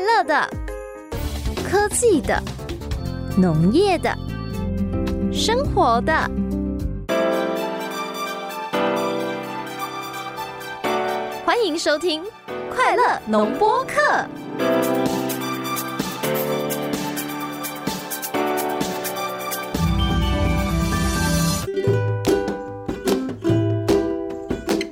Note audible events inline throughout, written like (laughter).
乐的、科技的、农业的、生活的。欢迎收听《快乐农播课》。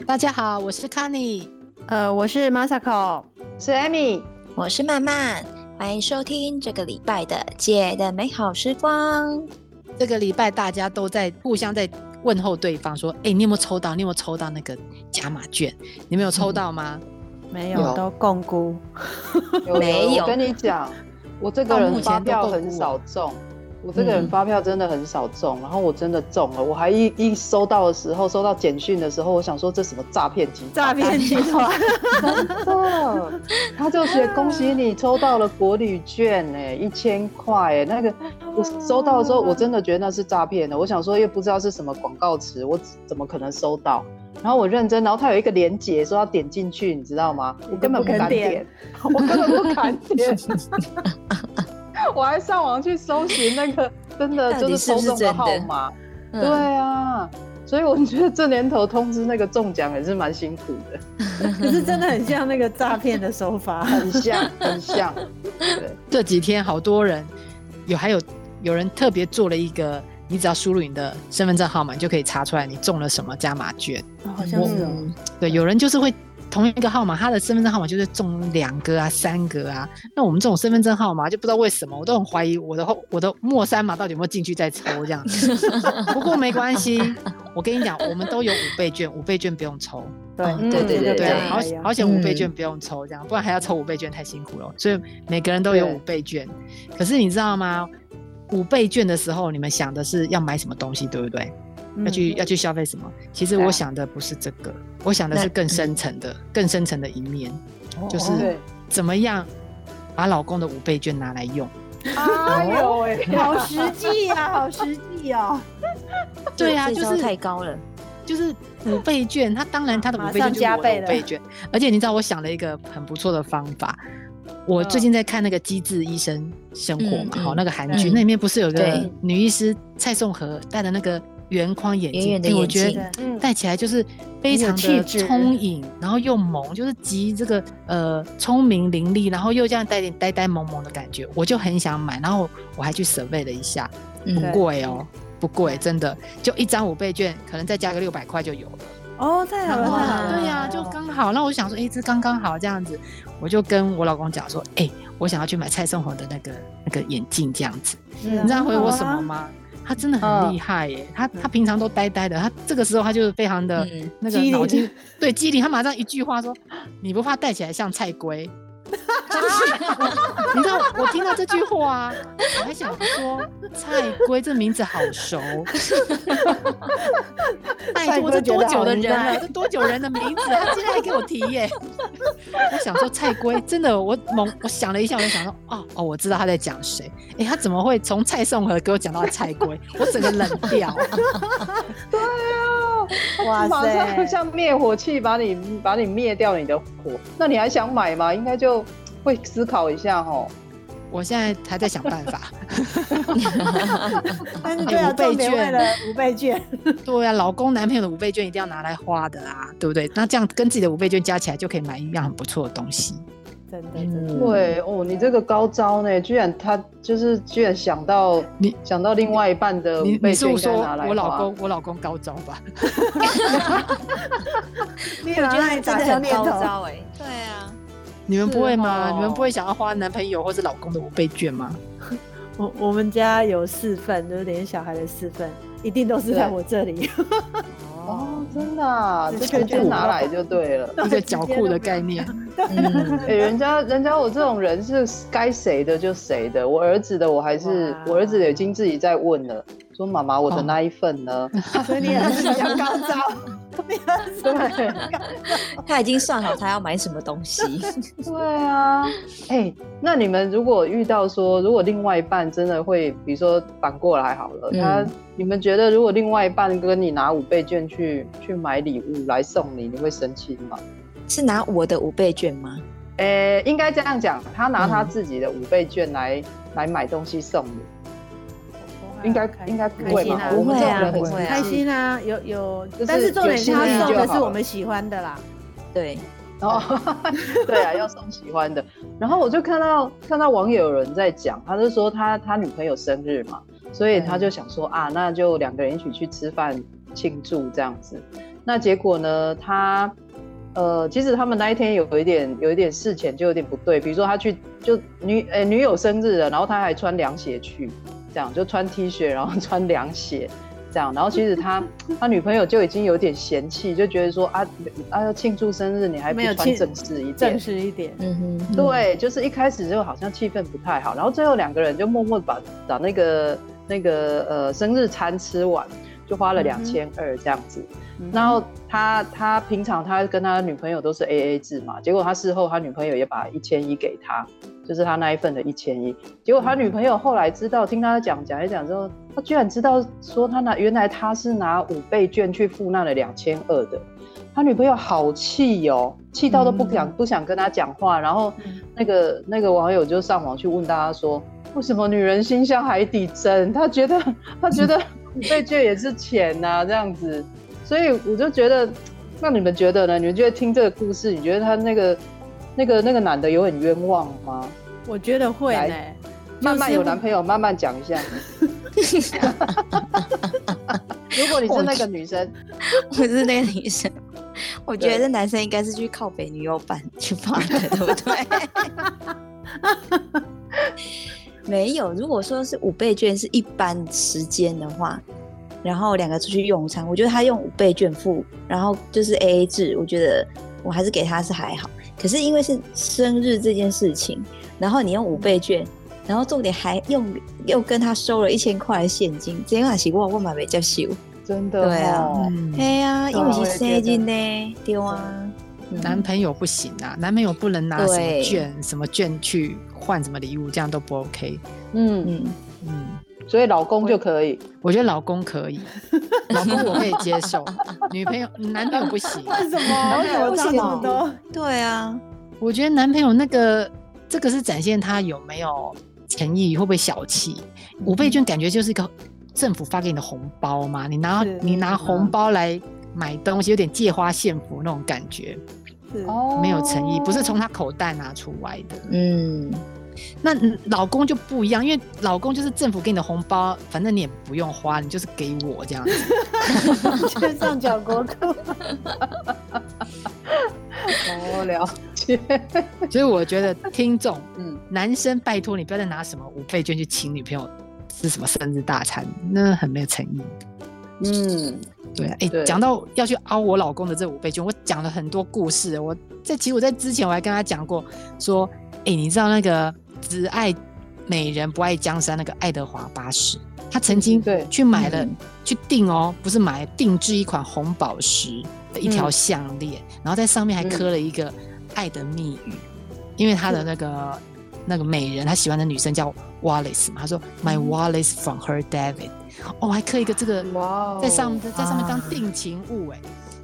大家好，我是 Kani。呃，我是 Masako，是 Amy。我是曼曼，欢迎收听这个礼拜的《姐的美好时光》。这个礼拜大家都在互相在问候对方，说：“哎、你有没有抽到？你有没有抽到那个加码券？你们有抽到吗？”没有有都共估，有没有我跟 (laughs) 你讲，我这个到目人前发都票够很过少中，我这个人嗯发票真的很少中，然后我真的中了，我还一一收到的时候，收到简讯的时候，我想说这什么诈骗集诈团？骗集团，真的，他就写恭喜你抽到了国旅券哎、一千块哎，那个 (laughs) 我收到的时候，哦我真的觉得那是诈骗的。我想说又不知道是什么广告词，我怎么可能收到？然后我认真，然后他有一个连结说要点进去，你知道吗？我根本不敢点，我根本不 (laughs) 敢点，我还上网去搜寻那 (laughs) 个真的到就底是是不抽是中的真的号码，嗯对啊。所以我觉得这年头通知那个中奖也是蛮辛苦的。。(laughs) 可是真的很像那个诈骗的手法很像，很像。对，这几天好多人有，还有有人特别做了一个，你只要输入你的身份证号码，你就可以查出来你中了什么加码券。好像是哦， (laughs) 嗯，对，有人就是会同一个号码，他的身份证号码就是中两个啊、三个啊。那我们这种身份证号码就不知道为什么，我都很怀疑我的后我的末三码到底有没有进去再抽这样。不过没关系，我跟你讲，我们都有五倍券，五倍券不用抽。对哦嗯对对对就对这啊，样好哎险呀好险五倍券嗯不用抽，这样、不然还要抽五倍券太辛苦了。所以每个人都有对五倍券，可是你知道吗？五倍券的时候，你们想的是要买什么东西，对不对？要嗯嗯去要去消费什么？其实对啊我想的不是这个，我想的那嗯哦是更深层的、更深层的一面，就是对。怎么样把老公的五倍券拿来 (laughs) 用。哎呦喂，好实际呀，好实际哦，对啊，这就招是太高啊了。就是五倍券，它当然它的马五倍券上就是加我倍的了五倍券，而且你知道我想了一个很不错的方法。我最近在看那个《机智医生生活》嘛，嗯好、嗯那个韩剧，嗯那里面不是有个对女医师蔡颂和戴的那个圆框眼镜，圆圆的哎我眼觉镜得对嗯，戴起来就是非常很有的气质聪颖，然后又萌，就是集这个呃聪明伶俐，然后又这样带点呆呆萌萌的感觉，我就很想买，然后我还去准备了一下，不嗯，贵哦，不贵，真的，就一张五倍券，可能再加个六百块就有了。哦，太好了，然后太好了，对呀、就刚好。那我想说，哎、这刚刚好这样子，我就跟我老公讲说，哎、我想要去买蔡松红的那个那个眼镜这样子。是啊你知道他回我很什好啊嗯么吗？他真的很厉害耶、他他平常都呆呆的，他这个时候他就是非常的嗯那个机灵脑筋，对机灵。他马上一句话说：“ (gasps) 你不怕戴起来像菜龟？”你知道我听到这句话啊，我还想说菜龟这名字好熟，拜托这菜龟觉多得久好的无人奈了？这多久人的名字？他竟然还给我提耶！我想说菜龟真的，我猛我想了一下，我就想说哦哦，我知道他在讲谁。哎、他怎么会从蔡颂和给我讲到菜龟？我整个冷掉。对啊，哇马上塞，像灭火器把你把你灭掉你的火，那你还想买吗？应该就会思考一下吼。我现在还在想办法。但是对啊，五倍重点为券了五倍券，对啊，老公、男朋友的五倍券一定要拿来花的啊，对不对？那这样跟自己的五倍券加起来，就可以买一样很不错的东西。真的真的，嗯，对哦，你这个高招呢，居然他就是居然想到你想到另外一半的你呃被你是应不是该说拿来我老花公，我老公高招吧？你马上打消念头，哎、对啊，你们不会吗？是哦你们不会想要花男朋友或是老公的五倍券吗？我我们家有四份，就是连小孩的四份，一定都是在对我这 (laughs) 里，哦，真的、啊，直这接圈就圈拿来就 (laughs) 对了。一个脚库的概念，嗯哎、人家人家我这种人是该谁的就谁的，我儿子的我还是哇我儿子已经自己在问了，说妈妈嗯我的那一份呢？所以你也是想高招，你也是 (laughs) 对他已经算好他要买什么东西。对啊，哎、那你们如果遇到说，如果另外一半真的会，比如说反过来好了，嗯他你们觉得如果另外一半跟你拿五倍券去去买礼物来送你，你会生气吗？是拿我的五倍券吗？呃，应该这样讲，他拿他嗯自己的五倍券来、来买东西送你，应该应该不会吧？啊开心啊我们这种不会啊人很不会啊开心啊，有有就是，但是重点是他有心意送就的好是我们喜欢的啦。对，哦， (laughs) 对啊，要送喜欢的。然后我就看到看到网友有人在讲，他就说他他女朋友生日嘛，所以他就想说啊，那就两个人一起去吃饭庆祝这样子。那结果呢，他呃，其实他们那一天有一点有一点事前就有点不对，比如说他去就女呃、女友生日了，然后他还穿凉鞋去，这样就穿 T 恤，然后 (laughs) 穿凉鞋。这样，然后其 (laughs) 实他他女朋友就已经有点嫌弃，就觉得说啊啊要庆祝生日，你还不没有穿庆正式一点正，式一点，嗯哼，对，就是一开始就好像气氛不太好，然后最后两个人就默默地把把那个那个呃生日餐吃完，就花了两千二这样子。然后他他平常他跟他女朋友都是 A A 制嘛，结果他事后他女朋友也把一千一给他，就是他那一份的一千一。结果他女朋友后来知道，听他讲讲一讲之后，他居然知道说他拿原来他是拿五倍券去付那了两千二的。他女朋友好气哦，气到都不想、不想跟他讲话。然后那个那个网友就上网去问大家说，为什么女人心像海底针？他觉得他觉得五 (laughs) 倍券也是钱呐、这样子。所以我就觉得，那你们觉得呢？你们觉得听这个故事，你觉得他那个那个那个男的有很冤枉吗？我觉得会呢、慢慢有会男朋友，慢慢讲一下。如果你是那个女 (laughs) 生，我是那个女生， (laughs) 我觉得男生应该是去靠北女友版去发的，对不对？ (laughs) 没有，如果说是五倍券是一般时间的话，然后两个出去用餐，我觉得他用五倍券付，然后就是 A A 制，我觉得我还是给他是还好。可是因为是生日这件事情，然后你用五倍券，然后重点还用又跟他收了一千块的现金，这样是我我嘛没接受。真的、哦、对 (laughs) 啊嗯，嘿啊，因为我是也生觉日得呢，对啊，嗯男朋友不行啊，男朋友不能拿什么对券、什么券去换什么礼物，这样都不 OK。嗯，嗯，嗯，所以老公就可以。我觉得老公可以，老公我可以接 (laughs) 受，女朋友、男朋友不行。为什么？为什么为什这么么多？对啊，我觉得男朋友那个这个是展现他有没有诚意，会不会小气。嗯五倍券感觉就是一个政府发给你的红包嘛，你拿是你拿嗯红包来买东西，有点借花献佛那种感觉，是哦没有诚意，不是从他口袋拿出来的。嗯，那老公就不一样，因为老公就是政府给你的红包，反正你也不用花，你就是给我这样子。 (laughs) (laughs) 就上脚国课，哦，了解。所以我觉得听众嗯，男生拜托你不要再拿什么五倍券去请女朋友吃什么生日大餐，那很没有诚意。嗯，对啊，哎、对讲到要去凹我老公的这五倍券，我讲了很多故事。我在其实我在之前我还跟他讲过，说，哎、你知道那个只爱美人不爱江山那个爱德华八世，他曾经对去买了、嗯去订哦，不是买定制一款红宝石的一条项链，然后在上面还刻了一个爱的密语，因为他的那个那个美人，他喜欢的女生叫 Wallace 嘛，他说嗯 My Wallace from her David，哦，还刻一个这个哇哦，在上在上面当定情物哎、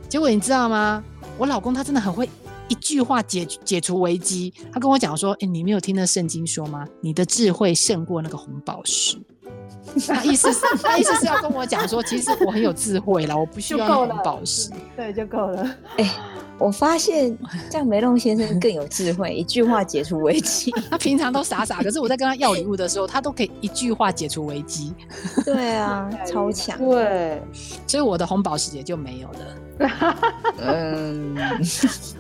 结果你知道吗？我老公他真的很会一句话解解除危机。他跟我讲说：“哎、你没有听那圣经说吗？你的智慧胜过那个红宝 (laughs) 石。”他意思是，他意思是要跟我讲说，其实我很有智慧 (laughs) 啦，我不需要那个红宝石。对就够了。我发 (laughs) 现这样梅隆先生更有智慧，一句话解除危机。他平常都傻傻，可是我在跟他要礼物的时候，他都可以一句话解除危机， (laughs) 对啊，超强，对，所以我的红宝石也就没有了。嗯，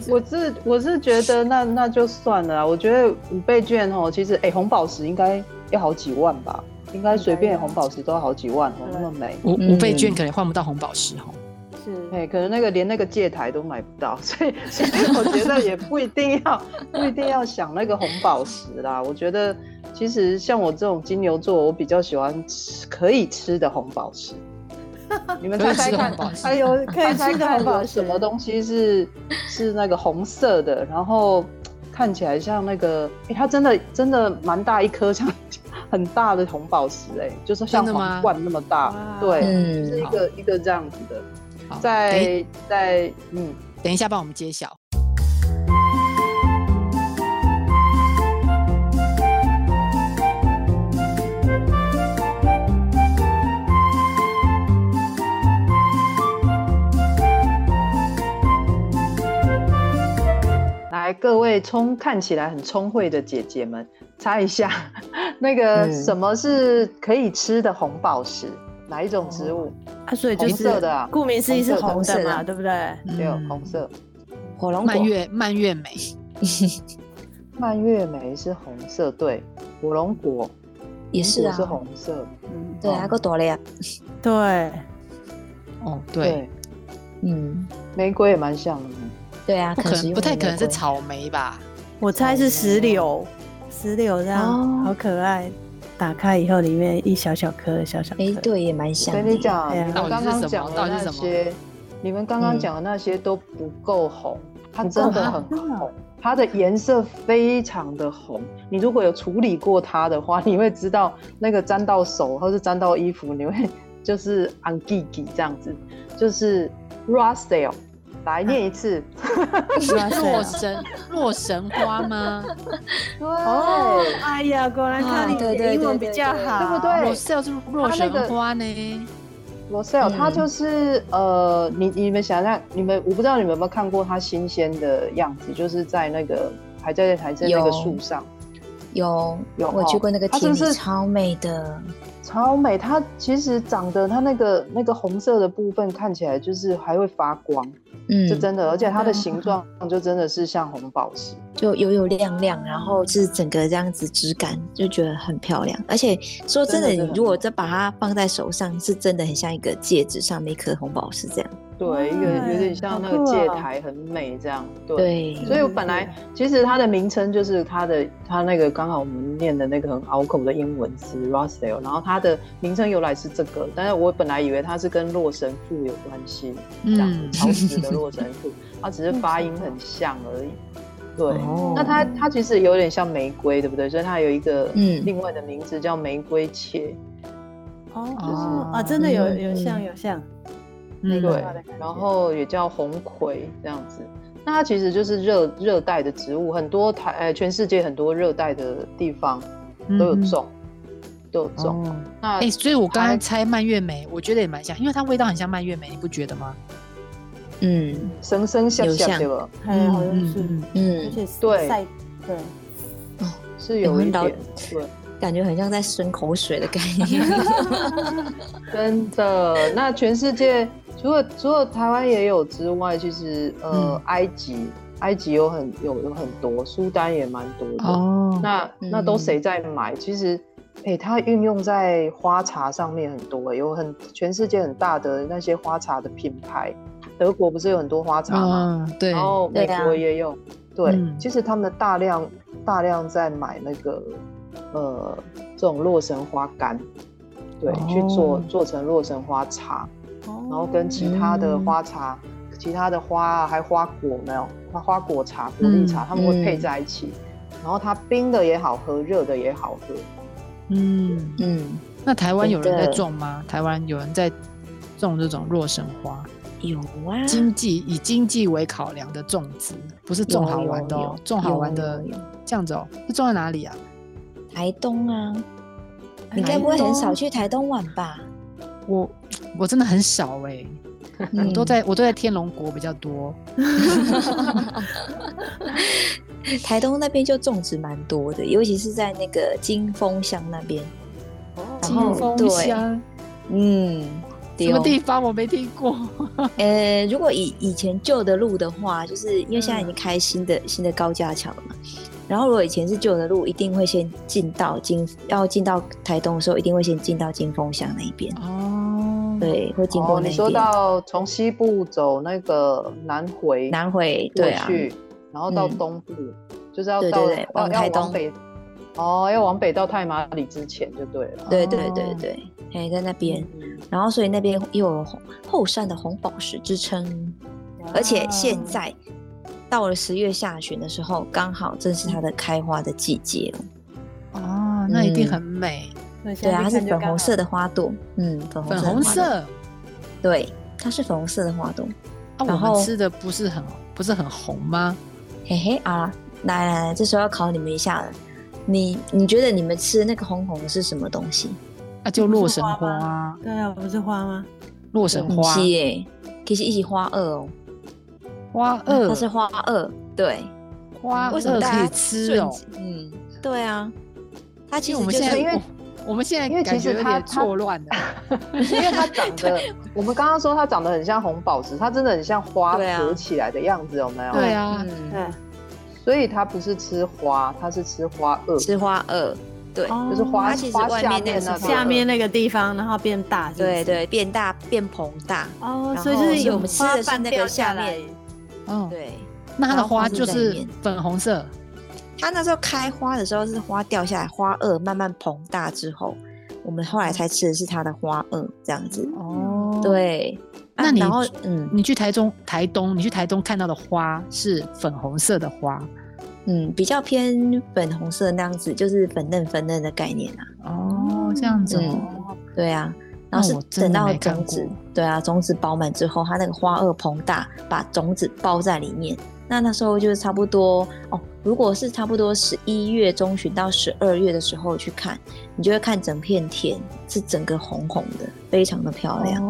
我是我是觉得那那就算了啊。我觉得五倍券哦，其实哎、红宝石应该要好几万吧，应该随便红宝石都要好几万哦，那对么美。五嗯五倍券可能换不到红宝石哦。哎、是，可能那个连那个戒台都买不到，(laughs) 所以所以我觉得也不一定要不一定要想那个红宝石啦。我觉得其实像我这种金牛座，我比较喜欢吃可以吃的红宝石。你们可以猜吃猜的红，看哎宝石还有可以猜吃的猜看红有宝什石，么东西是是那个红色的，然后看起来像那个，哎、它真的真的蛮大一颗，像很大的红宝石、哎，就是像真的吗皇冠那么大哇，对，嗯就是一个一个这样子的，好，等一在在嗯。等一下帮我们揭晓。各位聪看起来很聪慧的姐姐们，猜一下， (laughs) 那个嗯什么是可以吃的红宝石？哪一种植物？啊，所以就红是色的啊顾名思义是红红色的的嘛，对不对？对，嗯红色。火龙果蔓越蔓越莓，蔓越莓是红色，对。火龙果也是果啊是，红色，嗯，对啊，够多了呀，对，哦，对，对，嗯，玫瑰也蛮像的。对啊，不可食能，用不太的可能是玫瑰草莓吧？我猜是石榴，石榴这样、哦好可爱，打开以后里面一小小颗小小颗，哎、对，也蛮像的。跟你，哎讲，对啊你们刚刚讲的到底是那什么些，你们刚刚讲的那些都不嗯够红，它真的很不够红红，它的颜色非常的红。你如果有处理过它的话，你会知道那个沾到手或是沾到衣服，你会 (laughs) 就是昂 n g i g 这样子，就是 rustle。来念一次，哇洛塞！神洛神花吗？ (laughs) 对，哦，哎呀，果然看啊对你对英文对比较对对好，对不对哦洛神是洛它那个神花呢？罗塞尔，它嗯就是呃，你你们想想，你们我不知道你们有没有看过它新鲜的样子，就是在那个还在还在那个有树上，有有哦我去过那个它是田不里，是超美的。超美。它其实长得它那个那个红色的部分看起来就是还会发光，嗯是，真的，而且它的对形状就真的是像红宝石。就油油亮亮，然后是整个这样子质感，就觉得很漂亮。而且说真真的，的是很你如果再把它放在手上，是真的很像一个戒指上面一颗红宝石这样。对，一个哇有点像那好个酷哦戒台，很美这样。对，对，所以我本嗯来其实它的名称就是它的它那个刚好我们念的那个很拗口的英文词 r o s t e l 然后它的名称由来是这个，但是我本来以为它是跟洛神赋有关系，这样子嗯陶瓷的洛神赋，它只是发音很像而已。对，哦那它它其实有点像玫瑰，对不对？所以它有一个嗯另外的名字叫玫瑰茄，哦，就是哦啊，真的有嗯有像嗯有像，嗯对花的感觉，然后也叫红葵这样子。那它其实就是热热带的植物，很多台呃全世界很多热带的地方都有种，都有种。哦那嗯哎、所以我刚才还猜蔓越莓，我觉得也蛮像，因为它味道很像蔓越莓，你不觉得吗？嗯生生下有下像对吧？哎，好像是，嗯而嗯，且是对晒对，是有一有很点老对，感觉很像在生口水的概念。 (laughs) 真的。那全世界除了除了台湾也有之外，其实呃、嗯埃及埃及有很有有很多，苏丹也蛮多的。哦，那那都谁在买？其实，哎、它运用在花茶上面很多、欸，有很全世界很大的那些花茶的品牌，德国不是有很多花茶吗？嗯，对然，后美对啊国也有，对，嗯其实他们大量大量在买那个呃这种洛神花干，对，哦去做做成洛神花茶，然 (laughs) 然后跟其他的嗯花茶、其他的花啊，还花果没有，花花果茶、果嗯粒茶，他们会配在一起。然后它冰的也好喝，热的也好喝。嗯，嗯，那台湾有人在真的种吗？台湾有人在种这种洛神花，有啊， (laughs) 经济以经济为考量的种植，不是种好玩的有啊哦有，种好玩的有有有这样子哦，是种在哪里啊？台东啊，啊你该不会很少去台东玩 (laughs) 吧？我我真的很少哎、嗯我都在我都在天龙国比较多，嗯台东那边就种植蛮多的，尤其是在那个金峰乡那边。然金后峰对乡嗯，什么对哦地方我没听过，呃，如果以以前旧的路的话，就是因为现在嗯已经开新的、新的高架桥了嘛。然后如果以前是旧的路，一定会先进到金，要进到台东的时候，一定会先进到金峰乡那一边。哦，对，会经过哦，那你一说边。到从西部走那个南回南回，过对啊，去，然后到嗯东部，就是要对到对对要往台要东往北，哦，要往北到太马里之前就对了。哦嗯对对对对，哎、在那边。然后所以那边又有红后山的红宝石之称，哦哦而且现在到了十月下旬的时候，刚好正是它的开花的季节嗯了。哦，那一定嗯很美，对啊，它是粉红色的，的花朵，嗯，粉粉红色的红花色朵，。对，它是粉红色的花朵。啊，我们然后吃的不是很不是很红吗？嘿嘿啊，来来来，这时候要考你们一下了。你你觉得你们吃的那个红红的是什么东西？啊，嗯就洛神不花是花啊，对啊，不是花吗？洛神不花是耶，其实一起花萼哦，花萼，它是花萼，对，花为什么二大可家以吃瞬哦？间嗯，对啊，它其因为实我们就现在是因为我我们现因在为感其觉实有它点它错乱了。因为它长 (laughs) 得，我们刚刚说它长得很像红宝石，它真的很像花对啊合起来的样子，有没有？对啊，嗯，哎，所以它不是吃花，它是吃花萼，吃花萼，对、哦就是花它其实花外下面那面个是那个下面那个地方，然后变大，是不对是，对，变大变膨大，哦，然所以就后是是有我们吃花的是瓣那个掉下下来面，嗯，对。那它然的后花放置就在里是面粉红色，它啊那时候开花的时候是花掉下来，花萼慢慢膨大之后，我们后来才吃的是它的花萼这样子。哦，，对，那你然后嗯你去台中、台东，你去台东看到的花是粉红色的花嗯，比较偏粉红色那样子，就是粉嫩粉嫩的概念啊。哦，这样子嗯哦，对啊，那然后我是真等的到没看种子过，对啊，种子饱满之后，它那个花萼膨大，把种子包在里面。那那时候就是差不多哦，如果是差不多十一月中旬到十二月的时候去看，你就会看整片田是整个红红的，非常的漂亮。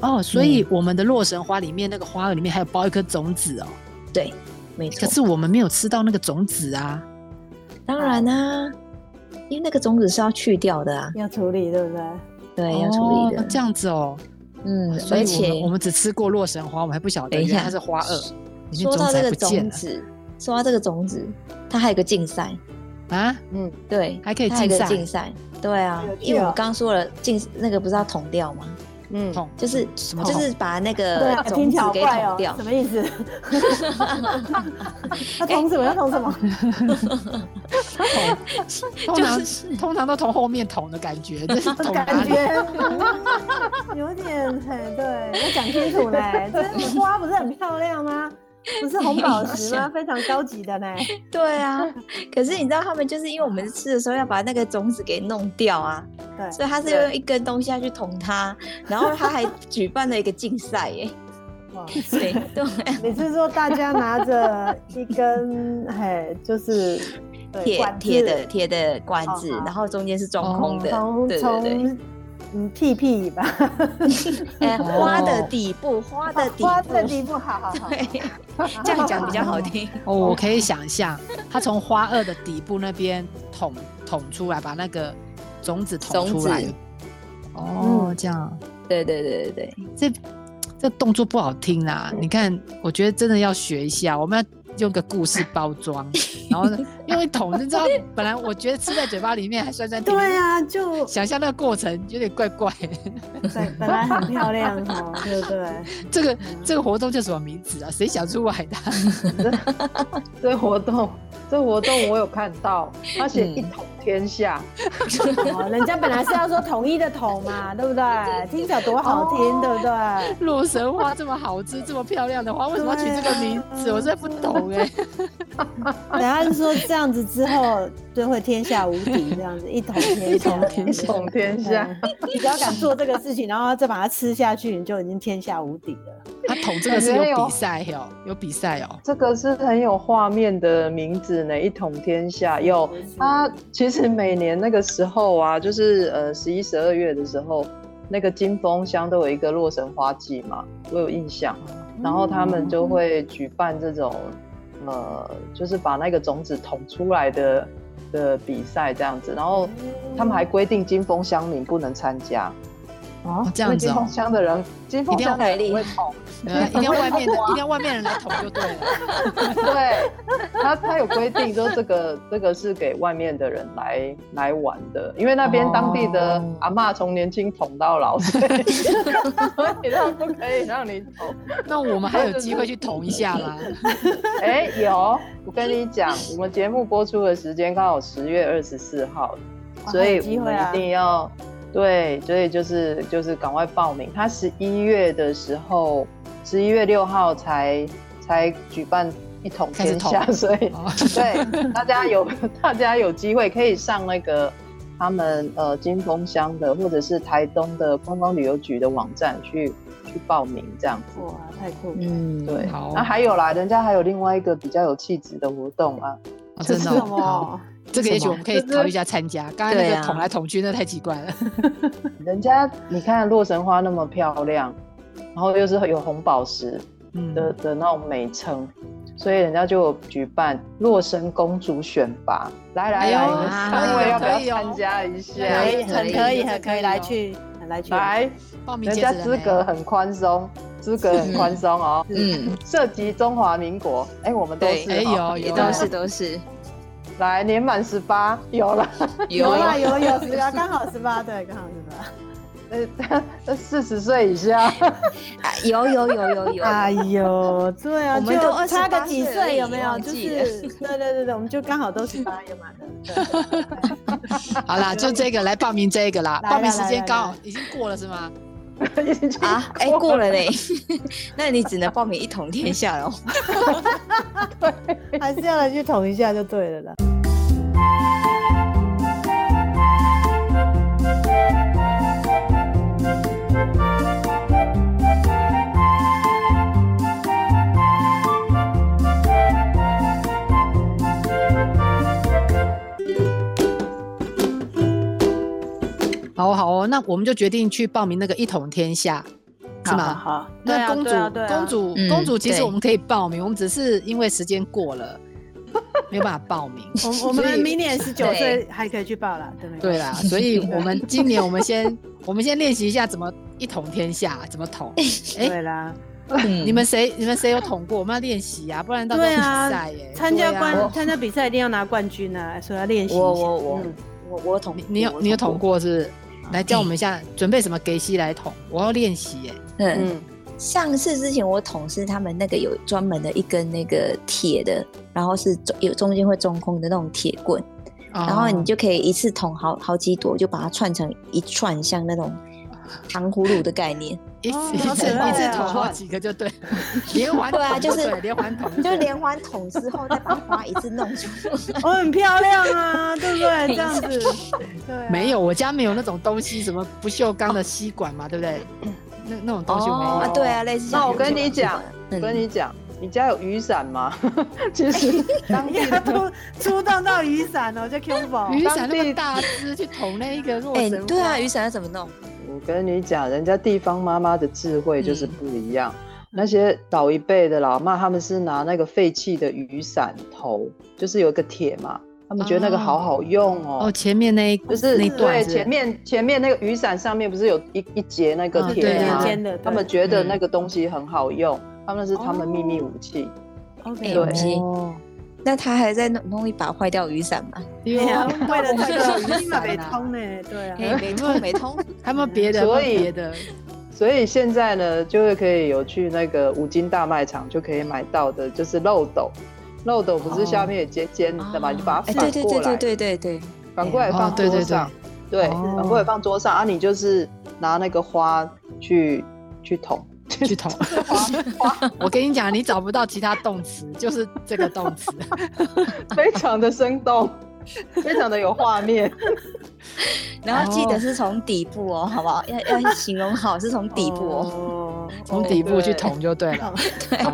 哦哦，所以我们的洛神花里面那个花儿里面还有包一颗种子哦，对，没可错。是我们没有吃到那个种子啊，当然啦、因为那个种子是要去掉的啊，要处理，对不对？对，要处理的。哦这样子哦，嗯，所以我而们且我们只吃过洛神花，我们还不晓得等一原来下它是花萼，里面说到子这还个不见种了子，说到这个种子，它还有个竞赛，啊，嗯，对，还可以它还有竞个赛竞赛，对啊有，因为我掉们刚说了竞那个不是要捅掉吗？嗯，痛就是什么就捅是把那对个啊，呃种听起子来好给怪捅哦掉，，什么意 (laughs) 思？ (laughs) 要捅什么？要捅什么？ (laughs) (laughs) 通就常是通常都从后面捅的感觉，这是捅哪感里？觉嗯有点很对，要讲清楚呢。这花不是很漂亮吗？不是红宝石 (laughs) 吗？非常高级的呢。对啊。 (laughs) 可是你知道他们就是因为我们吃的时候要把那个种子给弄掉啊，对所以他是用一根东西要去捅它，然后他还举办了一个竞赛耶，哇对 (laughs) 对。你是说大家拿着一根，嘿，就是对铁管子铁的铁的管哦子，好然后中间是中空的，从对对对，从嗯屁屁吧，哎，花的哦底部，花的底花部 (laughs) 的，底部，好好好，对，这样讲比较好 (laughs) 听。哦，我可以想象，它从花萼的底部那边捅捅出来，把那个种子捅种出来子。哦，这样，对对对对对，这这动作不好听啦。你看，我觉得真的要学一下，我们要用个故事包装，然后呢，用一捅，你知道，本来我觉得吃在嘴巴里面还酸酸甜， (laughs) 对，啊呀，就想象那个过程有点怪怪。 (laughs) 本本来很漂亮哦，对不对？这个这个活动叫什么名字啊？谁想出来的啊？ (laughs) 这活动，这活动我有看到，他写嗯一统天下， (laughs) 哦，人家本来是要说统一的统嘛，对不 (laughs) 对？听起来多好哦听，对不对？洛神花这么好吃，这么漂亮的花，为什么要取这个名字？对啊我真的不懂哎、 (laughs) 等下是说这样子之后就会天下无敌，这样子一统天下，一统天下。嗯你只要敢做这个事情，然后再把它吃下去，你就已经天下无敌了。 (laughs) 他捅这个是有比赛哦，有比赛哦。这个是很有画面的名字呢，一统天下。有它其实每年那个时候啊，就是呃十一、十二月的时候，那个金峰乡都有一个洛神花季嘛，我有印象。嗯然后他们就会举办这种呃，就是把那个种子捅出来的的比赛这样子。然后嗯他们还规定金峰乡民不能参加，哦，这因为样子金哦峰，乡的人，金峰乡的人不会捅。呃一定要外面的，一定要外面人来捅就对了。对，他他有规定，说这个这个是给外面的人来来玩的，因为那边当地的哦阿嬷从年轻捅到老，所 (laughs) 以所以他不可以让你捅。那我们还有机会去捅一下 (laughs) 啦。哎、有，我跟你讲，我们节目播出的时间刚好十月二十四号，哇所还以有机我会们啊一定要对，所以就是就是赶快报名。他十一月的时候，十一月六号才才举办一统开始天捅下，所以。哦，对，大家有 (laughs) 大家有机会可以上那个他们呃金峰乡的或者是台东的观光旅游局的网站去去报名这样子。哇，太酷了！嗯，对，好那还有啦，人家还有另外一个比较有气质的活动啊，哦真的这是什哦，么好，这个也许我们可以考虑一下参加。刚才那对个啊捅来捅去，那太奇怪了。人家你看洛神花那么漂亮，然后又是有红宝石嗯，的的那种美称，所以人家就举办洛神公主选拔，来来来，哎你呦们可三以位哦要不要可以哦参加一下？可可以以，很可以，很可哦以，来可以去，很来去。来，报名人截家止了资没格很宽松，资格很宽松哦， (laughs) 嗯， (laughs) 涉及中华民国，哎，我们都对是哎哦，有也有都是都是来年满十八有了， (laughs) 有啦有啊有十八，刚好十八，对，刚好十 (laughs) 八。呃，四十岁以下，啊有有有有有，啊哎呦，对啊，我们就都差个28几岁而岁已有没有？忘就记是对对对对，我们就刚好都十八月嘛的。对好啦，就这个来报名这个 (laughs) 啦，来报名来时来间来刚好来已经过了是吗？已 (laughs) 经啊，哎、过了嘞， (laughs) 那你只能报名一统天下了。对还是要来去捅一下就对了啦。好哦好哦，那我们就决定去报名那个一统天下，是吗？好好，好对那啊公主、对啊对啊公主、嗯公主，其实对我们可以报名，我们只是因为时间过了， (laughs) 没有办法报 (laughs) 名。(laughs) 我们我们明年十九对岁还可以去报啦，对没关对系啦， (laughs) 所以我们今年我们 (laughs) 先我们先练习一下怎么一统天下，怎么统。哎、对啦， (laughs) 嗯你们谁你们谁有统过？我们要练习啊，不然到时候对比啊赛耶、参加对啊冠参加比赛一定要拿冠军啊，所以要练习一下。我我我嗯我我有统你你有你有统？过是不是？嗯来教我们一下，准备什么给息来统？我要练习耶、我有嗯，嗯，上次之前我统是他们那个有专门的一根那个铁的，然后是中有中间会中空的那种铁棍，哦然后 (laughs) 你就可以一次捅好好几朵，就把它串成一串，像那种糖葫芦的概念，一哦次一好次可爱一次哦捅好几个就 (laughs) 对了，连环对啊捅就是对连环 (laughs) 捅就对连环捅之后再把花一次弄出来。我哦很漂亮 (laughs) 啊，对不对？这样子，对、啊，没有，我家没有那种东西，什么不锈钢的吸管嘛，对不对？那那种东西我没有。啊对啊，类似像那我这种跟你讲嗯我跟你讲，你家有雨伞吗？ (laughs) 其实当地他的出出动到雨伞哦，就 Q 宝。雨伞那么大只，去捅那一个洛哎、神花对啊，雨伞要怎么弄？ (laughs) 我跟你讲，人家地方妈妈的智慧就是不一样。那些老一辈的老妈，他们是拿那个废弃的雨伞头，就是有一个铁嘛，他们觉得那个好好用哦。哦，前面那一就是那一段对是不是前面前面那个雨伞上面不是有一一节那个嗯铁对吗？连接的哦对啊他们觉得那个东西很好用，他们那是他们秘密武器。哎、 OK，我对们哦，那他还在弄弄一把坏掉雨伞吗？对对啊啊，为了这 (laughs) 我们都个有立雨马被伞啊，通呢，对啊哎、，没通没通，还有没有别的？所还有没有以别的，所以现在呢，就会可以有去那个五金大卖场就可以买到的，就是漏斗。漏斗不是下面也尖尖的嘛，哦你就把它 (laughs) 哎、反对对过对来，对对对对，反过来哦放对桌对上，对，哦反过来放桌上啊，你就是拿那个花去去捅，去捅。 (laughs) 我跟你讲，你找不到其他动词，就是这个动词。非常的生动，非常的有画面。然后记哦得是从底部哦，好不好？要要形容好是从底部哦。哦，从底部去哎对捅就对 (laughs) 了。对哦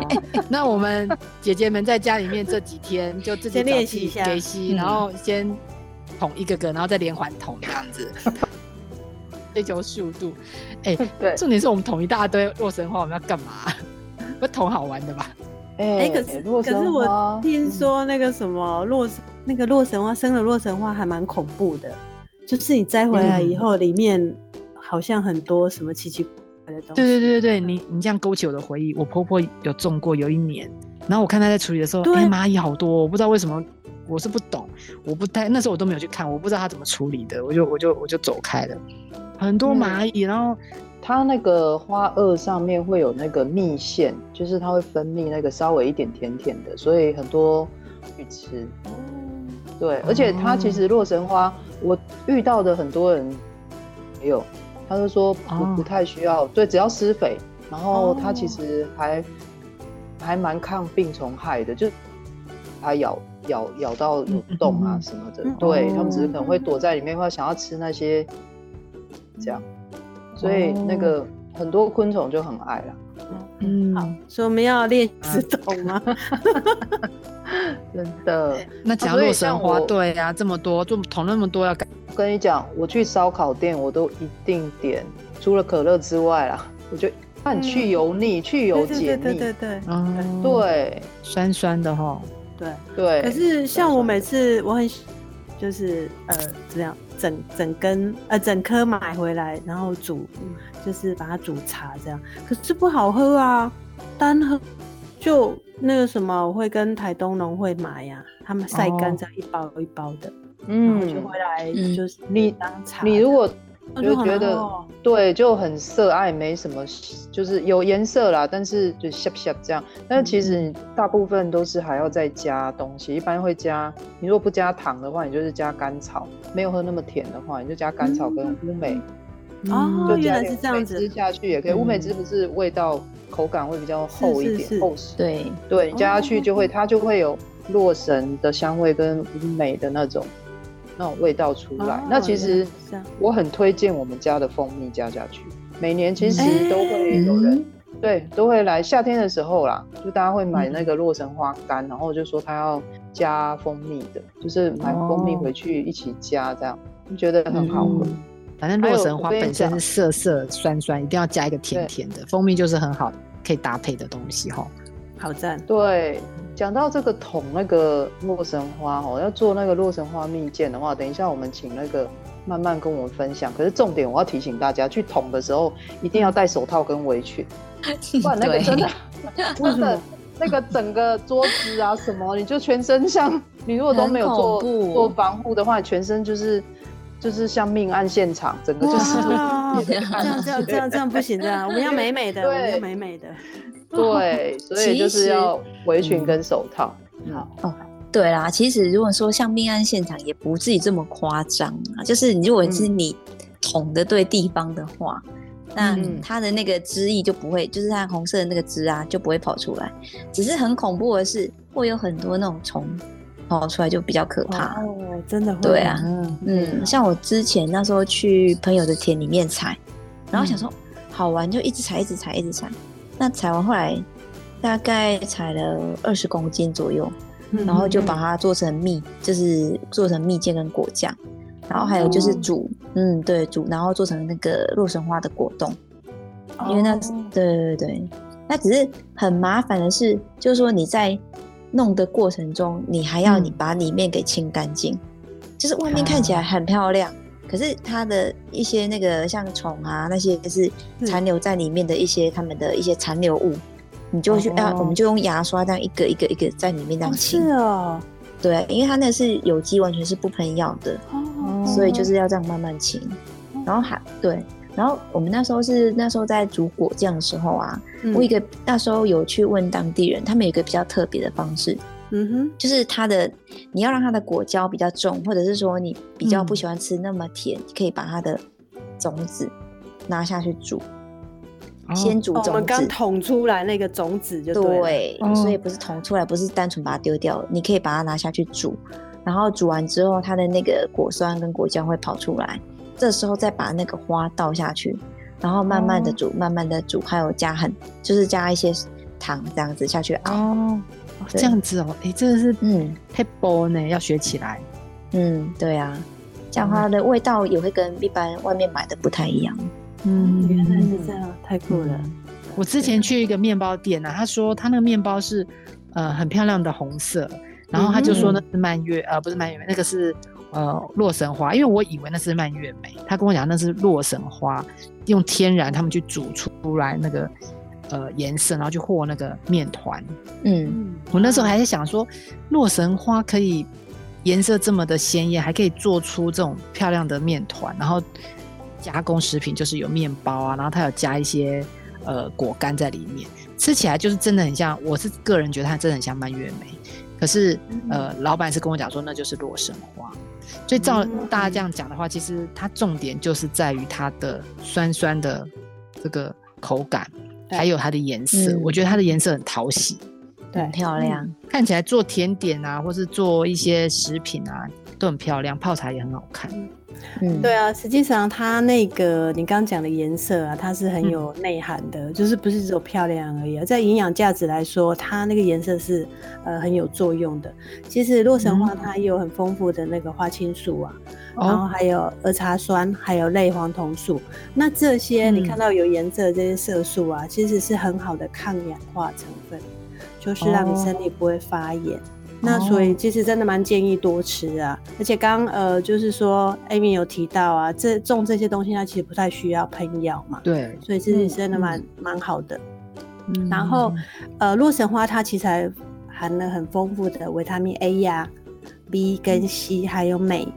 那我们姐姐们在家里面这几天就自己先找练自习己一下给吸，嗯然后先捅一个个，然后再连环捅这样子，追求速度。哎，对重点是我们捅一大堆洛神花，我们要干嘛？ (laughs) 不捅好玩的吧？哎哎，可是如果可是生我花嗯听说那个什么洛神那个洛神花生的洛神花还蛮恐怖的，就是你摘回来以后，里面好像很多什么奇奇怪怪的东西。对对对对对，嗯你你这样勾起我的回忆。我婆婆有种过，有一年，然后我看她在处理的时候，对哎、蚂蚁好多哦，我不知道为什么，我是不懂，我不太那时候我都没有去看，我不知道她怎么处理的，我就我就我就走开了。很嗯多蚂蚁，然后它那个花萼上面会有那个蜜腺，就是它会分泌那个稍微一点甜甜的，所以很多去吃。哦对，而且它其实洛神花，我遇到的很多人也有，他就说不哦不太需要，对，只要施肥，然后哦它其实还、还蛮抗病虫害的，就它咬咬咬到有洞啊嗯什么的，嗯对哦他们只是可能会躲在里面，或想要吃那些这样，所以那哦个很多昆虫就很爱了。嗯，好，所以我们要练习懂吗？真的，那讲哦所以洛神像花，我对呀、这么多，就捅那么多要干，我跟你讲，我去烧烤店，我都一定点除了可乐之外啊，我就它很去油腻、去油嗯 (laughs) 对解对对腻对，对嗯，，对哦酸酸的哈，对。对。可是像我酸每次我很喜就是呃怎么样整整根呃整颗买回来，然后煮，嗯就是把它煮茶这样。可是不好喝啊，单喝就那个什么，我会跟台东农会买呀、他们晒哦干这样一包一包的，然后就嗯回，来嗯就是你当茶这样。你如果我就好觉难得喝哦对就很色爱，没什么，就是有颜色啦，但是就下下这样。但是其嗯实你大部分都是还要再加东西，一般会加。你如果不加糖的话，你就是加甘草；没有喝那么甜的话，你就加甘草跟嗯乌梅，哦就原加来点是这样乌梅子汁下去也可以。嗯乌梅汁不是味道口感会比较厚一是点，是厚实。对，对，你加下去就会，哦它就会有洛神的香味跟乌梅的那种那种味道出来。哦那其原来实是这样我很推荐我们家的蜂蜜加下去，每年其实嗯都会有人、对都会来，夏天的时候啦，就大家会买嗯那个洛神花干，然后就说他要加蜂蜜的，就是买蜂蜜哦回去一起加这样，就觉得很好喝。嗯反正还洛有神我花跟你本身是讲涩涩酸酸，一定要加一个甜对甜的，蜂蜜就是很好可以搭配的东西哈。好赞，对，讲到这个桶那个洛神花哦，要做那个洛神花蜜饯的话，等一下我们请那个慢慢跟我们分享。可是重点我要提醒大家，去桶的时候一定要戴手套跟围 (laughs) 裙，不然那个对真的为真什的么 (laughs) 那个整个桌子啊什么，你就全身像你如果都没有做很恐怖做防护的话，你全身就是就是像命案现场，整个就是哇这这样这样这样这样不行的，我们要美美的，我们要对美美的。 (laughs) 对，所以就是其实嗯要围裙跟手套。嗯好，对啦，其实如果说像命案现场，也不至于这么夸张啊。就是如果是你捅的对地方的话，那嗯它的那个汁液就不会，就是它红色的那个汁啊就不会跑出来。只是很恐怖的是，会有很多那种虫跑出来，就比较可怕。哦，真的会对啊嗯，嗯，像我之前那时候去朋友的田里面采，然后想说、好玩就一直采，一直采，一直采。那采完后来大概采了二十公斤左右，嗯，然后就把它做成蜜，就是做成蜜饯跟果酱，然后还有哦就是煮，嗯，对，煮，然后做成那个洛神花的果冻，因为那是、哦对对对，那只是很麻烦的是，就是说你在弄的过程中，你还要嗯你把里面给清干净，就是外面看起啊来很漂亮，可是它的一些那个像虫啊那些，就是是残留在里面的一些它们的一些残留物。你就去，啊，哦我们就用牙刷这样一个一个一个在里面这哦样清。是哦，对，啊因为它那是有机，完全是不喷药的，哦，所以就是要这样慢慢清。然后还对，然后我们那时候是那时候在煮果酱的时候啊，嗯我一个那时候有去问当地人，他们有一个比较特别的方式，嗯哼，就是它的你要让它的果胶比较重，或者是说你比较不嗯喜欢吃那么甜，可以把它的种子拿下去煮，哦先煮哦我种们子刚。捅出来那个种子就了对，哦所以不是捅出来，不是单纯把它丢掉，你可以把它拿下去煮，然后煮完之后，它的那个果酸跟果胶会跑出来，这时候再把那个花倒下去，然后慢慢的煮，慢慢的煮，还有加很就是加一些糖这样子下去熬，哦，哦对这样子哦，哎，真的是嗯太包呢，要学起来。嗯，对啊，这样它的味道也会跟一般外面买的不太一样，嗯原来是这样，太酷了。我之前去一个面包店呢、啊，他说他那个面包是呃很漂亮的红色，然后他就嗯说那是蔓越、呃不是蔓越莓，那个是呃洛神花，因为我以为那是蔓越莓，他跟我讲那是洛神花，用天然他们去煮出来那个呃颜色，然后去和那个面团。嗯我那时候还在想说，洛神花可以颜色这么的鲜艳，还可以做出这种漂亮的面团，然后加工食品就是有面包啊，然后它有加一些呃果干在里面，吃起来就是真的很像，我是个人觉得它真的很像蔓越莓。可是呃，老板是跟我讲说那就是洛神花，所以照嗯大家这样讲的话，其实它重点就是在于它的酸酸的这个口感，还有它的颜色。嗯我觉得它的颜色很讨喜。很漂亮。嗯看起来做甜点啊，或是做一些食品啊，都很漂亮，泡茶也很好看。嗯，对啊，实际上它那个你刚刚讲的颜色啊，它是很嗯有内涵的，就是不是只有漂亮而已啊。在营养价值来说，它那个颜色是呃很有作用的。其实洛神花嗯它也有很丰富的那个花青素啊，然后哦，还有儿茶酸，还有类黄酮素。那这些你嗯看到有颜色的这些色素啊，其实是很好的抗氧化成分，就是让哦你身体不会发炎。那所哦以其实真的蛮建议多吃啊，而且刚呃就是说 Amy 有提到啊，这种这些东西它其实不太需要喷药嘛，对，所以其实真的蛮嗯蛮好的。嗯然后呃，洛神花它其实还含了很丰富的维他命 A 呀、B 嗯跟 C，还有镁，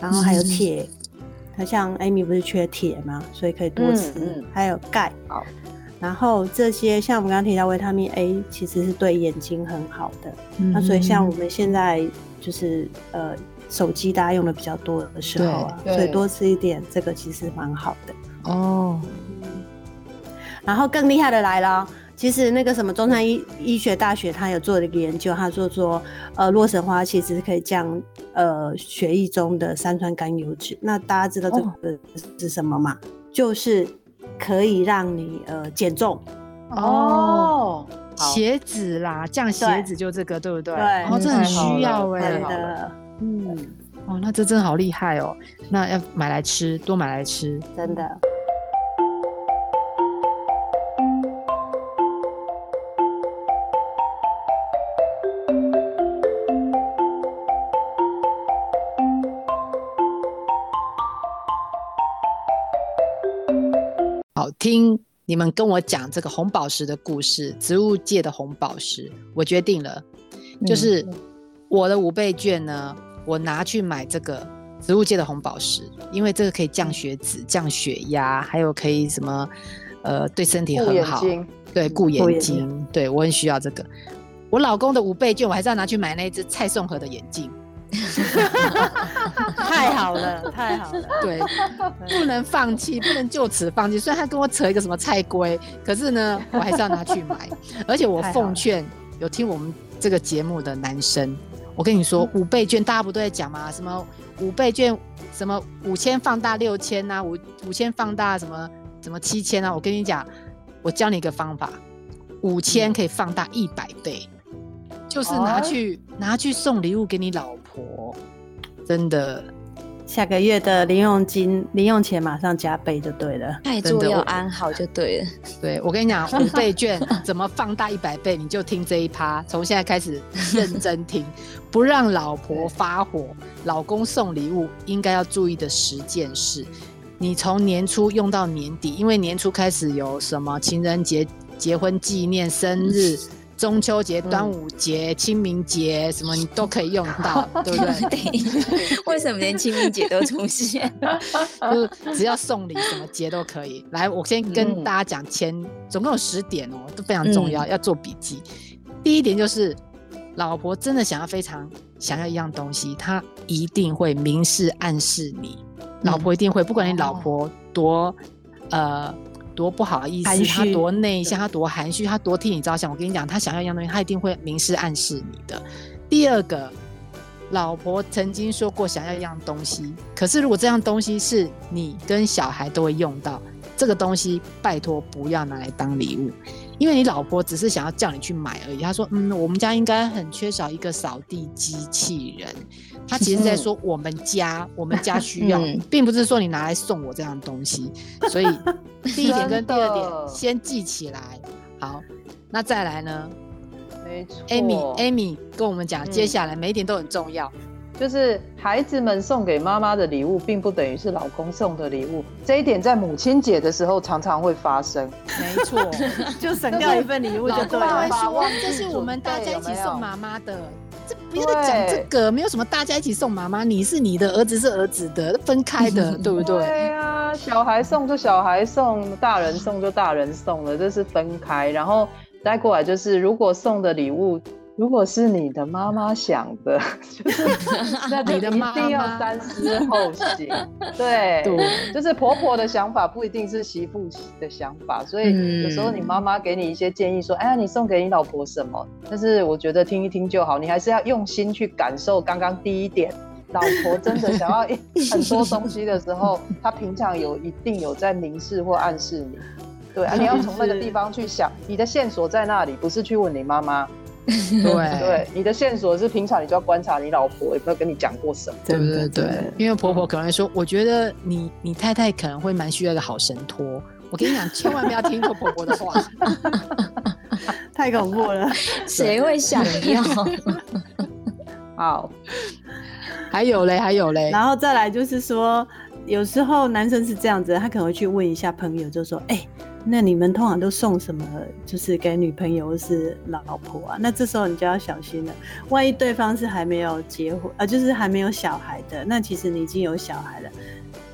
然后还有嗯铁。它像 Amy 不是缺铁吗？所以可以多吃，嗯嗯还有钙好。然后这些像我们刚刚提到维他命 A，其实是对眼睛很好的。嗯那所以像我们现在就是呃手机大家用的比较多的时候啊，对所以对多吃一点这个其实蛮好的。哦，然后更厉害的来了哦，其实那个什么中山医医学大学，他有做了一个研究，他说说，呃，洛神花其实可以降呃血液中的三酸甘油脂。那大家知道哦这个是什么吗？就是可以让你呃减重。哦，好哦鞋子啦，降鞋子就这个，对不对？对哦，这很需要太哎、好真了的，嗯，哦，那这真的好厉害哦。那要买来吃，多买来吃。真的。好听你们跟我讲这个红宝石的故事，植物界的红宝石，我决定了，就是嗯我的五倍券呢，我拿去买这个植物界的红宝石，因为这个可以降血脂、降血压，还有可以什么，呃，对身体护很眼好。睛，对，顾顾眼眼睛，对我很需要这个。我老公的五倍券，我还是要拿去买那一只蔡颂和的眼镜。呃太好了，太好了， (laughs) 对，不能放弃，不能就此放弃。虽然他跟我扯一个什么菜龟，可是呢，我还是要拿去买。而且我太好奉了劝有听我们这个节目的男生，我跟你说，嗯五倍券大家不都在讲吗？什么五倍券，什么五千放大六千呐，五五千放大什么什么七千啊？我跟你讲，我教你一个方法，五嗯千可以放大一百倍，就是拿哦去、拿去送礼物给你老婆，真的。下个月的零用金、零用钱马上加倍就对了。太真座的要我安好就对了。对，我跟你讲，五倍券怎么放大一百倍，你就听这一趴，从现在开始认真听，不让老婆发火，老公送礼物应该要注意的十件事，你从年初用到年底，因为年初开始有什么情人节、结婚纪念、生日。中秋节、端午节、清明节，什么你都可以用到，对不对？(laughs) 等一下，为什么连清明节都出现？就是只要送礼什么节都可以。来，我先跟大家讲前，总共有十点哦，都非常重要，要做笔记。第一点就是，老婆真的想要非常想要一样东西，她一定会明示暗示你，老嗯婆一定会，不管你哦老婆多、呃。多不好意思，含她蓄多内向，她多含蓄，她多替你着想。我跟你讲，她想要一样东西，她一定会明示暗示你的。第二个，老婆曾经说过想要一样东西，可是如果这样东西是你跟小孩都会用到，这个东西拜托不要拿来当礼物，因为你老婆只是想要叫你去买而已。她说：“嗯，我们家应该很缺少一个扫地机器人。”她其实是嗯在说我们家，我们家需要嗯，并不是说你拿来送我这样东西。所以第一点跟第二点真的先记起来。好，那再来呢没错。 ？Amy，Amy 跟我们讲，嗯接下来每一点都很重要。就是孩子们送给妈妈的礼物，并不等于是老公送的礼物。这一点在母亲节的时候常常会发生。没 (laughs) 错，就省掉一份礼物老就公都对会了。说这是我们大家一起送妈妈的，这不要再讲这个，没有什么大家一起送妈妈，你是你的，儿子是儿子的，分开的，对不对？对啊，小孩送就小孩送，大人送就大人送了，这是分开。然后再过来就是，如果送的礼物如果是你的妈妈想的， (laughs) 就是那就 (laughs) 你的一妈定要妈三思后行。对，对就是婆婆的想法不一定是媳妇的想法，所以有时候你嗯妈妈给你一些建议说：“哎呀，你送给你老婆什么？”但是我觉得听一听就好，你还是要用心去感受刚刚第一点。老婆真的想要 (laughs) 很多东西的时候，她平常有一定有在明示或暗示你，对啊，你要从那个地方去想，你的线索在那里，不是去问你妈妈，对对，你的线索是平常你就要观察你老婆有没有跟你讲过什么。对真对的真对的，因为婆婆可能会说，我觉得你你太太可能会蛮需要一个好神托。我跟你讲，千万不要听错婆婆的话。太恐怖了。 (laughs) 谁会想要？好，还有嘞，还有嘞，然后再来就是说，有时候男生是这样子，他可能会去问一下朋友，就说：“哎、那你们通常都送什么？就是给女朋友或是老婆啊？”那这时候你就要小心了，万一对方是还没有结婚，呃，就是还没有小孩的，那其实你已经有小孩了。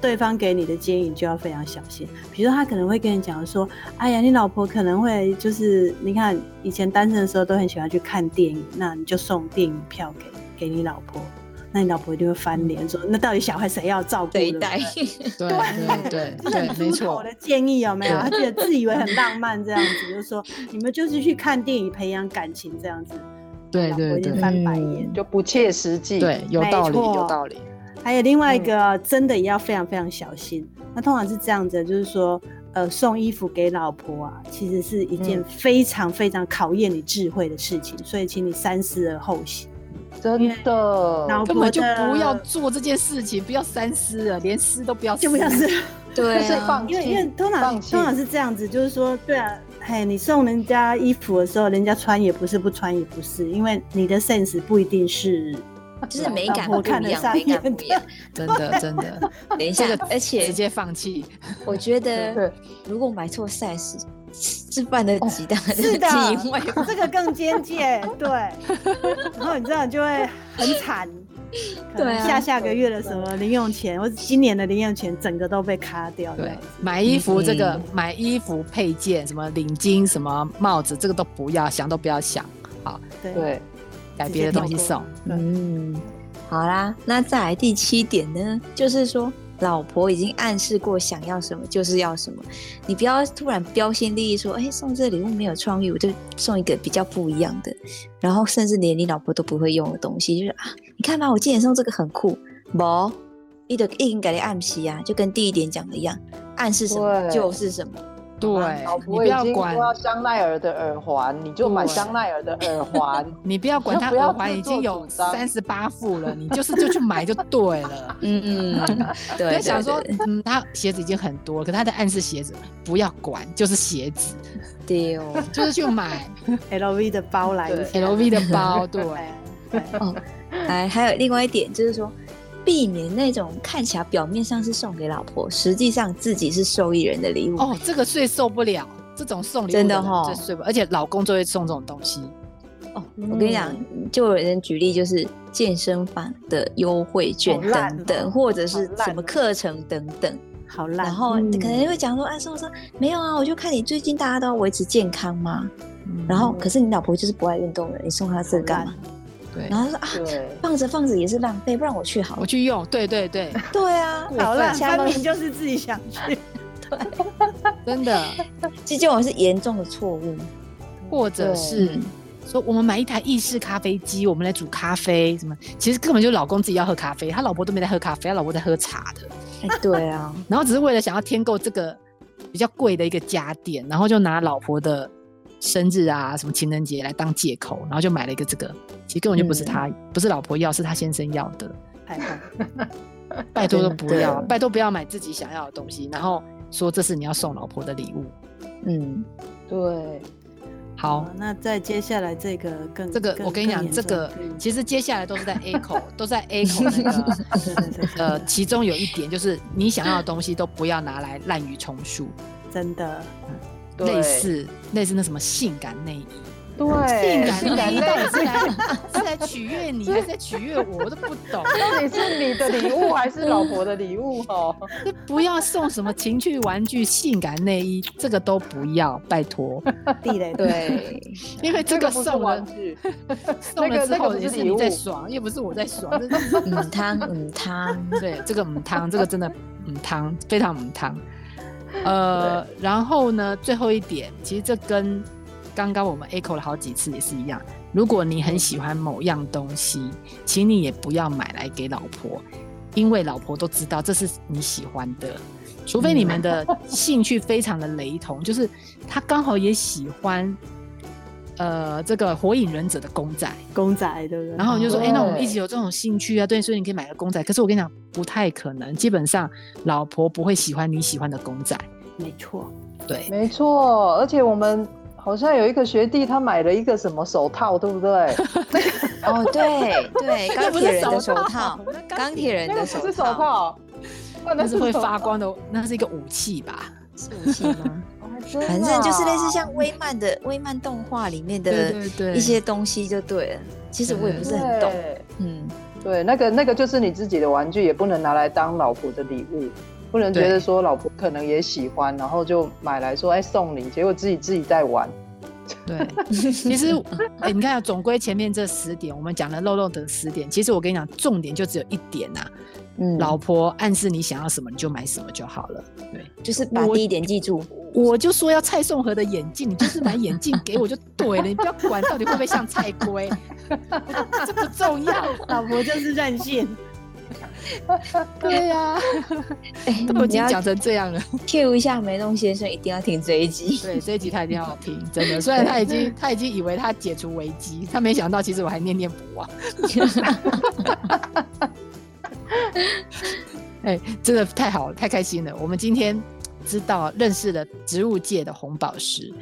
对方给你的建议你就要非常小心，比如说他可能会跟你讲说：“哎呀，你老婆可能会就是，你看以前单身的时候都很喜欢去看电影，那你就送电影票给给你老婆，那你老婆一定会翻脸说，那到底小孩谁要照顾？对对不待 (laughs) 对？对对对这对，没 (laughs) 很出口错的，建议有没有？对他觉得自以为很浪漫，这样子就是说你们就是去看电影培养感情这样子，对老婆对一定对翻白眼。就不切实际。对，有道理，没错有道理。还有另外一个，嗯真的也要非常非常小心。那通常是这样子的，就是说，呃，送衣服给老婆啊，其实是一嗯件非常非常考验你智慧的事情，所以请你三思而后行。真的，然后根本就不要做这件事情，不要三思了，连思都不要思，就不像 (laughs) 是，对啊就是啊，放弃，因为因为通常放弃通常是这样子，就是说，对啊，嘿，你送人家衣服的时候，人家穿也不是，不穿也不是，因为你的 sense 不一定是就是美感老不婆看一得样，上美眼感不一样。真的真的，等一下这个，而 (laughs) 直且接放弃。我觉对得，如果买错 size，是犯了极大的是的忌讳。，这个更尖界， (laughs) 对。然后你这样就会很惨，可对能啊下下个月的什么零用钱，或者今年的零用钱，整个都被卡掉。这对样子，买衣服这个嗯买衣服配件，什么领巾、什么帽子，这个都不要想，都不要想，对对，改别的东西送。嗯，好啦，那再来第七点呢，就是说老婆已经暗示过想要什么就是要什么，你不要突然标新立异说，哎、送这礼物没有创意，我就送一个比较不一样的，然后甚至连你老婆都不会用的东西，就是啊，你看吧，我今年送这个很酷，不，你的一定给你暗示啊，就跟第一点讲的一样，暗示什么对就是什么，对老，你婆不已要经管说，要香奈儿的耳环，你就买对香奈儿的耳环。你不要管它不要耳环已自作经有主张三十八副了，你就是就去买就对了。嗯嗯，对，不要对想说对，嗯，他鞋子已经很多了，可他在暗示鞋子，不要管，就是鞋子，对哦。就是去买 LV 的包来一下 LV 的包，对，对哎，还有另外一点就是说，避免那种看起来表面上是送给老婆，实际上自己是受益人的礼物。哦，这个最受不了，这种送礼物真的的人吼最受不了，而且老公就会送这种东西，哦我跟你讲，嗯就有人举例，就是健身房的优惠券好烂等哦等，或者是好烂什么哦课程等等，好烂。然后可能会讲说，哎，说说没有啊，我就看你最近大家都要维持健康嘛。嗯然后可是你老婆就是不爱运动的，你送她这个干嘛？对然，后她说啊，对，放着放着也是浪费，不然我去好我了。去用，对对对，对啊，好烂，其他分东明西，就是自己想去。真的，这这种是严重的错误。或者对是嗯说我们买一台意式咖啡机，我们来煮咖啡，什么，其实根本就是老公自己要喝咖啡，他老婆都没在喝咖啡，他老婆在喝茶的，哎，对啊，然后只是为了想要添购这个比较贵的一个家电，然后就拿老婆的生日啊、什么情人节来当借口，然后就买了一个这个，其实根本就不是嗯他，不是老婆要，是他先生要的。太哎好了拜托都真不的要，拜托不要买自己想要的东西，然后说这是你要送老婆的礼物。嗯，对，好，那再接下来这个更这个更我跟你讲，更这严重个嗯其实接下来都是在 A 口，都在 A 口那个对对对呃，其中有一点就是你想要的东西都不要拿来 (laughs) 滥竽充数， (laughs) 真的对类似类似那什么性感内衣，性对，感性感力到底类是来是来取悦你，还是来取悦我？我都不懂。到底是你的礼物还是老婆的礼物哦？就不要送什么情趣玩具、性感内衣，这个都不要，拜托，地雷 (laughs) 对，因为这个不是送玩了具，送那了个之那个后不是也是礼你在物爽，又不是我在爽。这是嗯汤嗯汤， (laughs) 对，这个母汤，这个真的母汤，非常母汤。呃，然后呢，最后一点，其实这跟刚刚我们 echo 了好几次也是一样。如果你很喜欢某样东西，请你也不要买来给老婆，因为老婆都知道这是你喜欢的，除非你们的 (laughs) 兴趣非常的雷同，就是她刚好也喜欢。呃，这个火影忍者的公仔，公仔，对不对？然后你就说，哎、对那我哦们一直有这种兴趣啊，对，所以你可以买个公仔。可是我跟你讲，不太可能，基本上老婆不会喜欢你喜欢的公仔。没错，对，没错，而且我们好像有一个学弟，他买了一个什么手套，对不对？哦对 (laughs) 对，钢不铁是人的手手套，钢铁人那的个手不是手套，套，啊那是会手套发光的， (laughs) 那是一个武器吧？是武器吗？哦真的啊反正就是类似像威漫的威漫动画里面对的对对，一些东西就对了。其实我也不是很懂，对嗯，对，那个那个就是你自己的玩具，也不能拿来当老婆的礼物，不能觉对得说老婆可能也喜欢，然后就买来说哎送你，结果自己自己在玩。对。其实，哎、你看啊、总归前面这十点，我们讲了漏漏的十点，其实我跟你讲，重点就只有一点呐、啊嗯老婆暗示你想要什么，你就买什么就好了。对。就是把我第一点记住，我就说要蔡颂和的眼镜，你就是买眼镜给我就对了，你不要管到底会不会像蔡龟，这不重要。 (laughs) 老婆就是任性，对呀、(laughs) 哎都已你经要讲成这样了。 Q 一下梅弄先生，一定要听这一集。对，这一集他一定要听，真 (laughs) 的。虽然他已经他已经以为他解除危机，他没想到其实我还念念不忘。 (laughs) 哎、真的太好了，太开心了。我们今天知道认识了植物界的红宝石，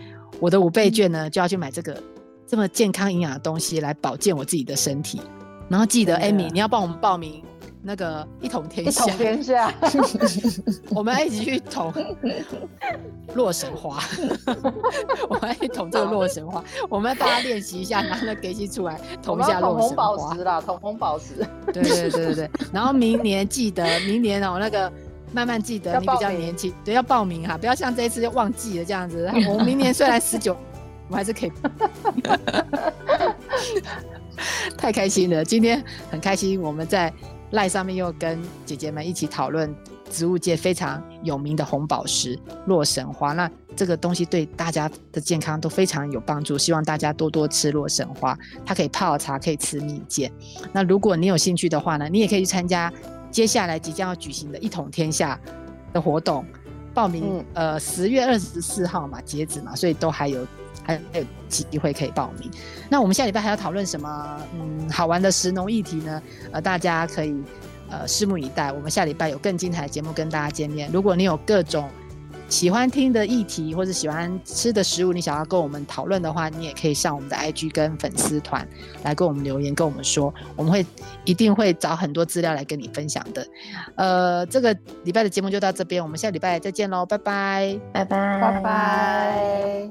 我的五倍券呢就要去买这个这么健康营养的东西来保健我自己的身体。然后记得艾真的米，你要帮我们报名那个一统一天下统，天下，我们要一起去 (laughs) 捅洛神花，我们要去捅这个洛神花，我们大家练习一下，拿那个给西出来 (laughs) 我捅一们下要捅洛红神宝花石。啦，捅红宝石。对对对对 (laughs) 对，然后明年记得，明年哦那个。慢慢记得，要你比报较名年轻，对，要报名啊哈，不要像这一次就忘记了这样子。我们明年虽然十 (laughs) 九，我们还是可以。 (laughs) 太开心了，今天很开心，我们在赖上面又跟姐姐们一起讨论植物界非常有名的红宝石洛神花。那这个东西对大家的健康都非常有帮助，希望大家多多吃洛神花。它可以泡茶，可以吃蜜饯。那如果你有兴趣的话呢，你也可以去参加接下来即将要举行的“一统天下”的活动，报名、嗯呃十月二十四号嘛，截止嘛，所以都还有还有机会可以报名。那我们下礼拜还要讨论什么？嗯，好玩的食农议题呢？呃，大家可以呃拭目以待。我们下礼拜有更精彩的节目跟大家见面。如果你有各种喜欢听的议题或者喜欢吃的食物，你想要跟我们讨论的话，你也可以上我们的 IG 跟粉丝团来跟我们留言，跟我们说，我们会一定会找很多资料来跟你分享的。呃，这个礼拜的节目就到这边，我们下礼拜再见喽，拜拜。拜拜，拜。拜。